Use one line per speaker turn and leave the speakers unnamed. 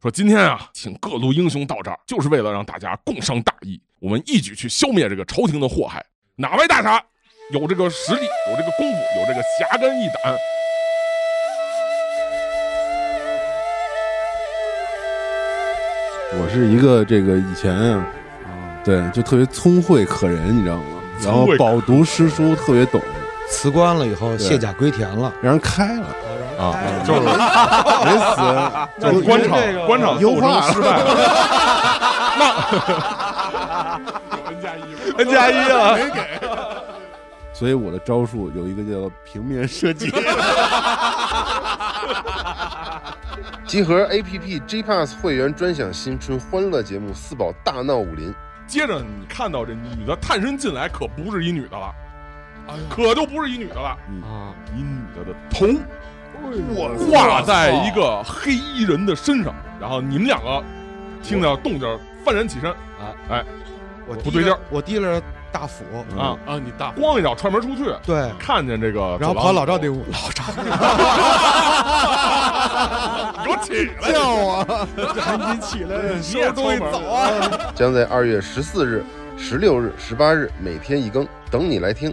说今天啊，请各路英雄到这儿，就是为了让大家共商大义，我们一举去消灭这个朝廷的祸害。哪位大侠有这个实力，有这个功夫，有这个侠肝义胆，
我是一个这个以前啊，对，就特别聪慧可人，你知道吗？然后
聪慧可
饱读诗书，特别懂，
辞官了以后卸甲归田了，
让人开了啊，
哎
就是
没死，
就是官场
这个
官场斗
优化
争
了
失败了。那 N 加一，N
加一啊了，
所以我的招数有一个叫平面 设计，
集合 APP G Pass 会员专享新春欢乐节目《四宝大闹武林》，
接着你看到这女的探身进来，可不是一女的了，可就不是一女的了，
啊，
一女的的头挂在一个黑衣人的身上，然后你们两个听到动静儿幡然起身，
我
不对劲儿，
我提了大斧，
啊
啊，你大
咣一脚踹门出去，
对，
看见这个，
然后跑老赵那，屋，老赵
给我起来！
叫 啊，
赶紧起来，
你也出去走啊！
将在二月十四日、十六日、十八日每天一更，等你来听。